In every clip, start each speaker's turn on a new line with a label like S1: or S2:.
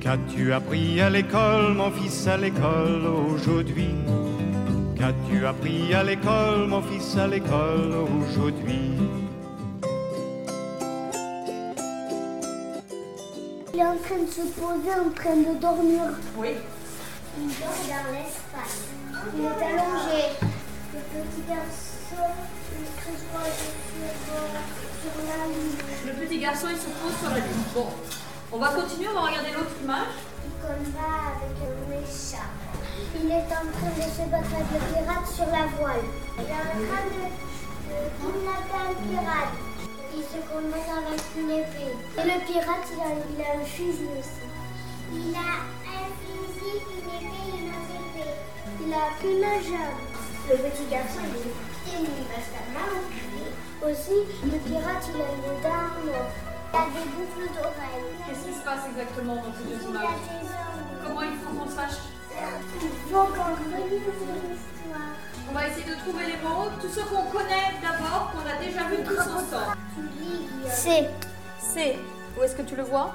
S1: Qu'as-tu appris à l'école, mon fils, à l'école aujourd'hui Qu'as-tu appris à l'école, mon fils, à l'école aujourd'hui
S2: Il est en train de se poser, en train de dormir.
S3: Oui.
S2: Il dort dans l'espace. Il est allongé. Le petit garçon, il se pose sur, euh, sur la lune.
S3: Le petit garçon, il se pose sur la lune. Bon, on va continuer, on va regarder l'autre image.
S2: Il combat avec un méchant. Il est en train de se battre avec le pirate sur la voile. Il est en train de, de kidnapper un pirate. Il se combat avec une épée. Et le pirate, il a, il a un fusil aussi. Il a un fusil, une épée et une autre épée. Il a qu'une jambe. Le petit garçon, il est il va se Aussi, le pirate, il a une dame. Il a des boucles d'oreilles.
S3: Qu'est-ce qui se passe exactement dans ces deux
S2: Il a
S3: images
S2: des oreilles.
S3: Comment il faut qu'on sache
S2: Il faut qu'on relise l'histoire.
S3: On va essayer de trouver les mots, tous ceux qu'on connaît d'abord, qu'on a déjà vu tous ensemble.
S2: C'est
S3: C'est, où est-ce que tu le vois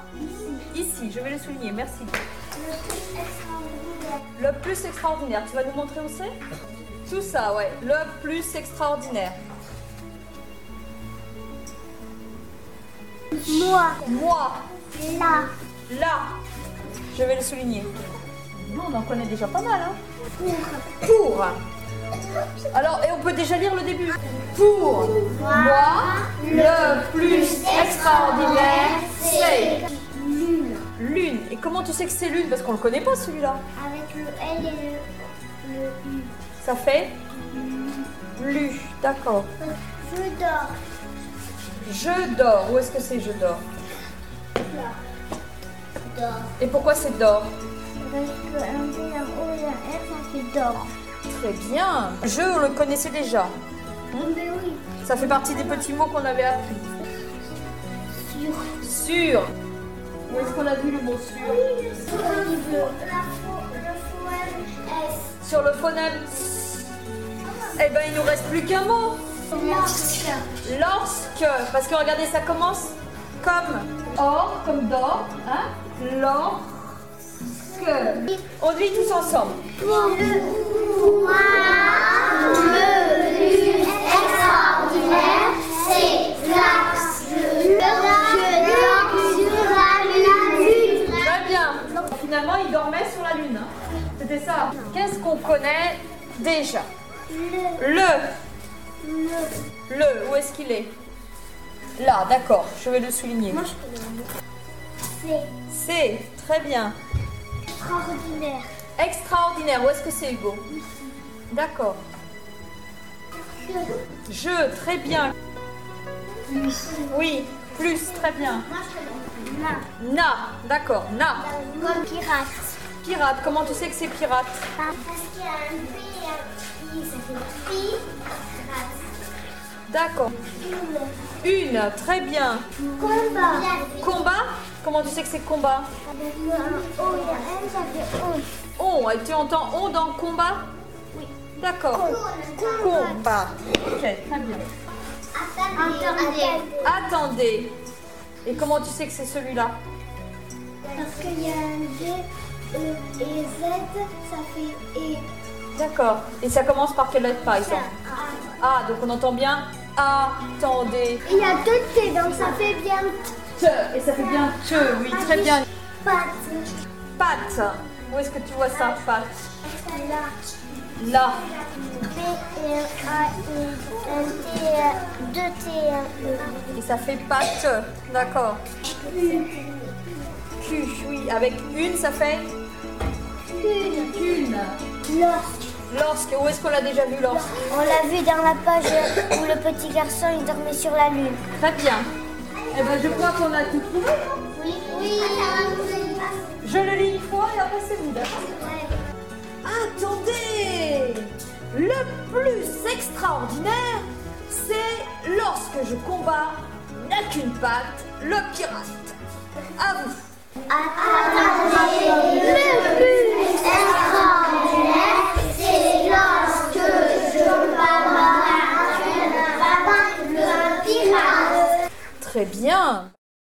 S3: Ici, je vais le souligner, merci.
S2: le plus extraordinaire.
S3: Le plus extraordinaire, tu vas nous montrer où c'est Tout ça, ouais, le plus extraordinaire.
S2: Moi,
S3: Moi,
S2: là,
S3: là, je vais le souligner. Bon, on en connaît déjà pas mal, hein
S2: pour
S3: Pour. Alors, et on peut déjà lire le début. Pour moi, le plus extraordinaire, c'est
S2: lune.
S3: lune. Et comment tu sais que c'est lune Parce qu'on le connaît pas celui-là.
S2: Avec le L et le, le U.
S3: Ça fait lu. D'accord.
S2: Je dors.
S3: Je dors. Où est-ce que c'est je dors
S2: Là. Dors.
S3: Et pourquoi c'est dors
S2: Avec un D, un O et un R, ça fait dors.
S3: Très bien. Je on le connaissais déjà.
S2: Mais oui.
S3: Ça fait partie des petits mots qu'on avait appris.
S2: Sur.
S3: Sur. Où est-ce qu'on a vu le mot sur
S2: Sur le faux. La faux. Le faux M. S.
S3: Sur le phonème. Eh ben, il nous reste plus qu'un mot.
S2: Lorsque.
S3: Lorsque, parce que regardez, ça commence comme or, comme d'or, hein Lorsque. On dit tous ensemble.
S2: Pour le moi, le plus extraordinaire, c'est la je dors sur la lune.
S3: Très bien. Finalement, il dormait sur la lune. hein. C'était ça. Qu'est-ce qu'on connaît déjà
S2: Le,
S3: Le,
S2: le,
S3: le, où est-ce qu'il est Là, d'accord, je vais le souligner.
S2: je connais C'est
S3: C'est, très bien.
S2: extraordinaire.
S3: Extraordinaire, où est-ce que c'est Hugo D'accord.
S2: Que,
S3: Je, très bien. Oui, plus, très bien.
S2: moi je connais la,
S3: Na, d'accord, na.
S2: comme pirate.
S3: Pirate, comment tu sais que c'est pirate
S2: Parce qu'il y a un P et un I, ça fait pi, pirate.
S3: D'accord.
S2: Une,
S3: Une, très bien.
S2: combat.
S3: Combat Comment tu sais que c'est combat
S2: Avec un O et un M, ça fait on.
S3: On, et tu entends on dans combat
S2: Oui.
S3: D'accord. Combat. Ok, très bien.
S2: Attendez.
S3: Attendez. Et comment tu sais que c'est celui-là
S2: Parce qu'il y a un G, E et Z, ça fait E.
S3: D'accord. Et ça commence par quelle lettre par exemple
S2: A.
S3: Ah, donc on entend bien attendez.
S2: Il y a deux T, donc ça fait bien
S3: Te. Et ça fait bien te, oui, très bien.
S2: pâte.
S3: Pat. Où est-ce que tu vois ça, Pat
S2: Là,
S3: Là.
S2: B et un A et un T, et un- deux T et un E.
S3: Et ça fait pâte. D'accord. Q, oui. Avec une, ça fait
S2: Une.
S3: une.
S2: Lorsque.
S3: Lorsque, où est-ce qu'on l'a déjà vu lorsque
S2: On l'a vu dans la page où le petit garçon il dormait sur la lune.
S3: Très bien. Eh ben, je crois qu'on a tout trouvé. non
S2: Oui, oui,
S3: Je le lis une fois et après c'est vous, d'accord Attendez Le plus extraordinaire, c'est lorsque je combats, n'a qu'une patte, le pirate. À vous. Très bien.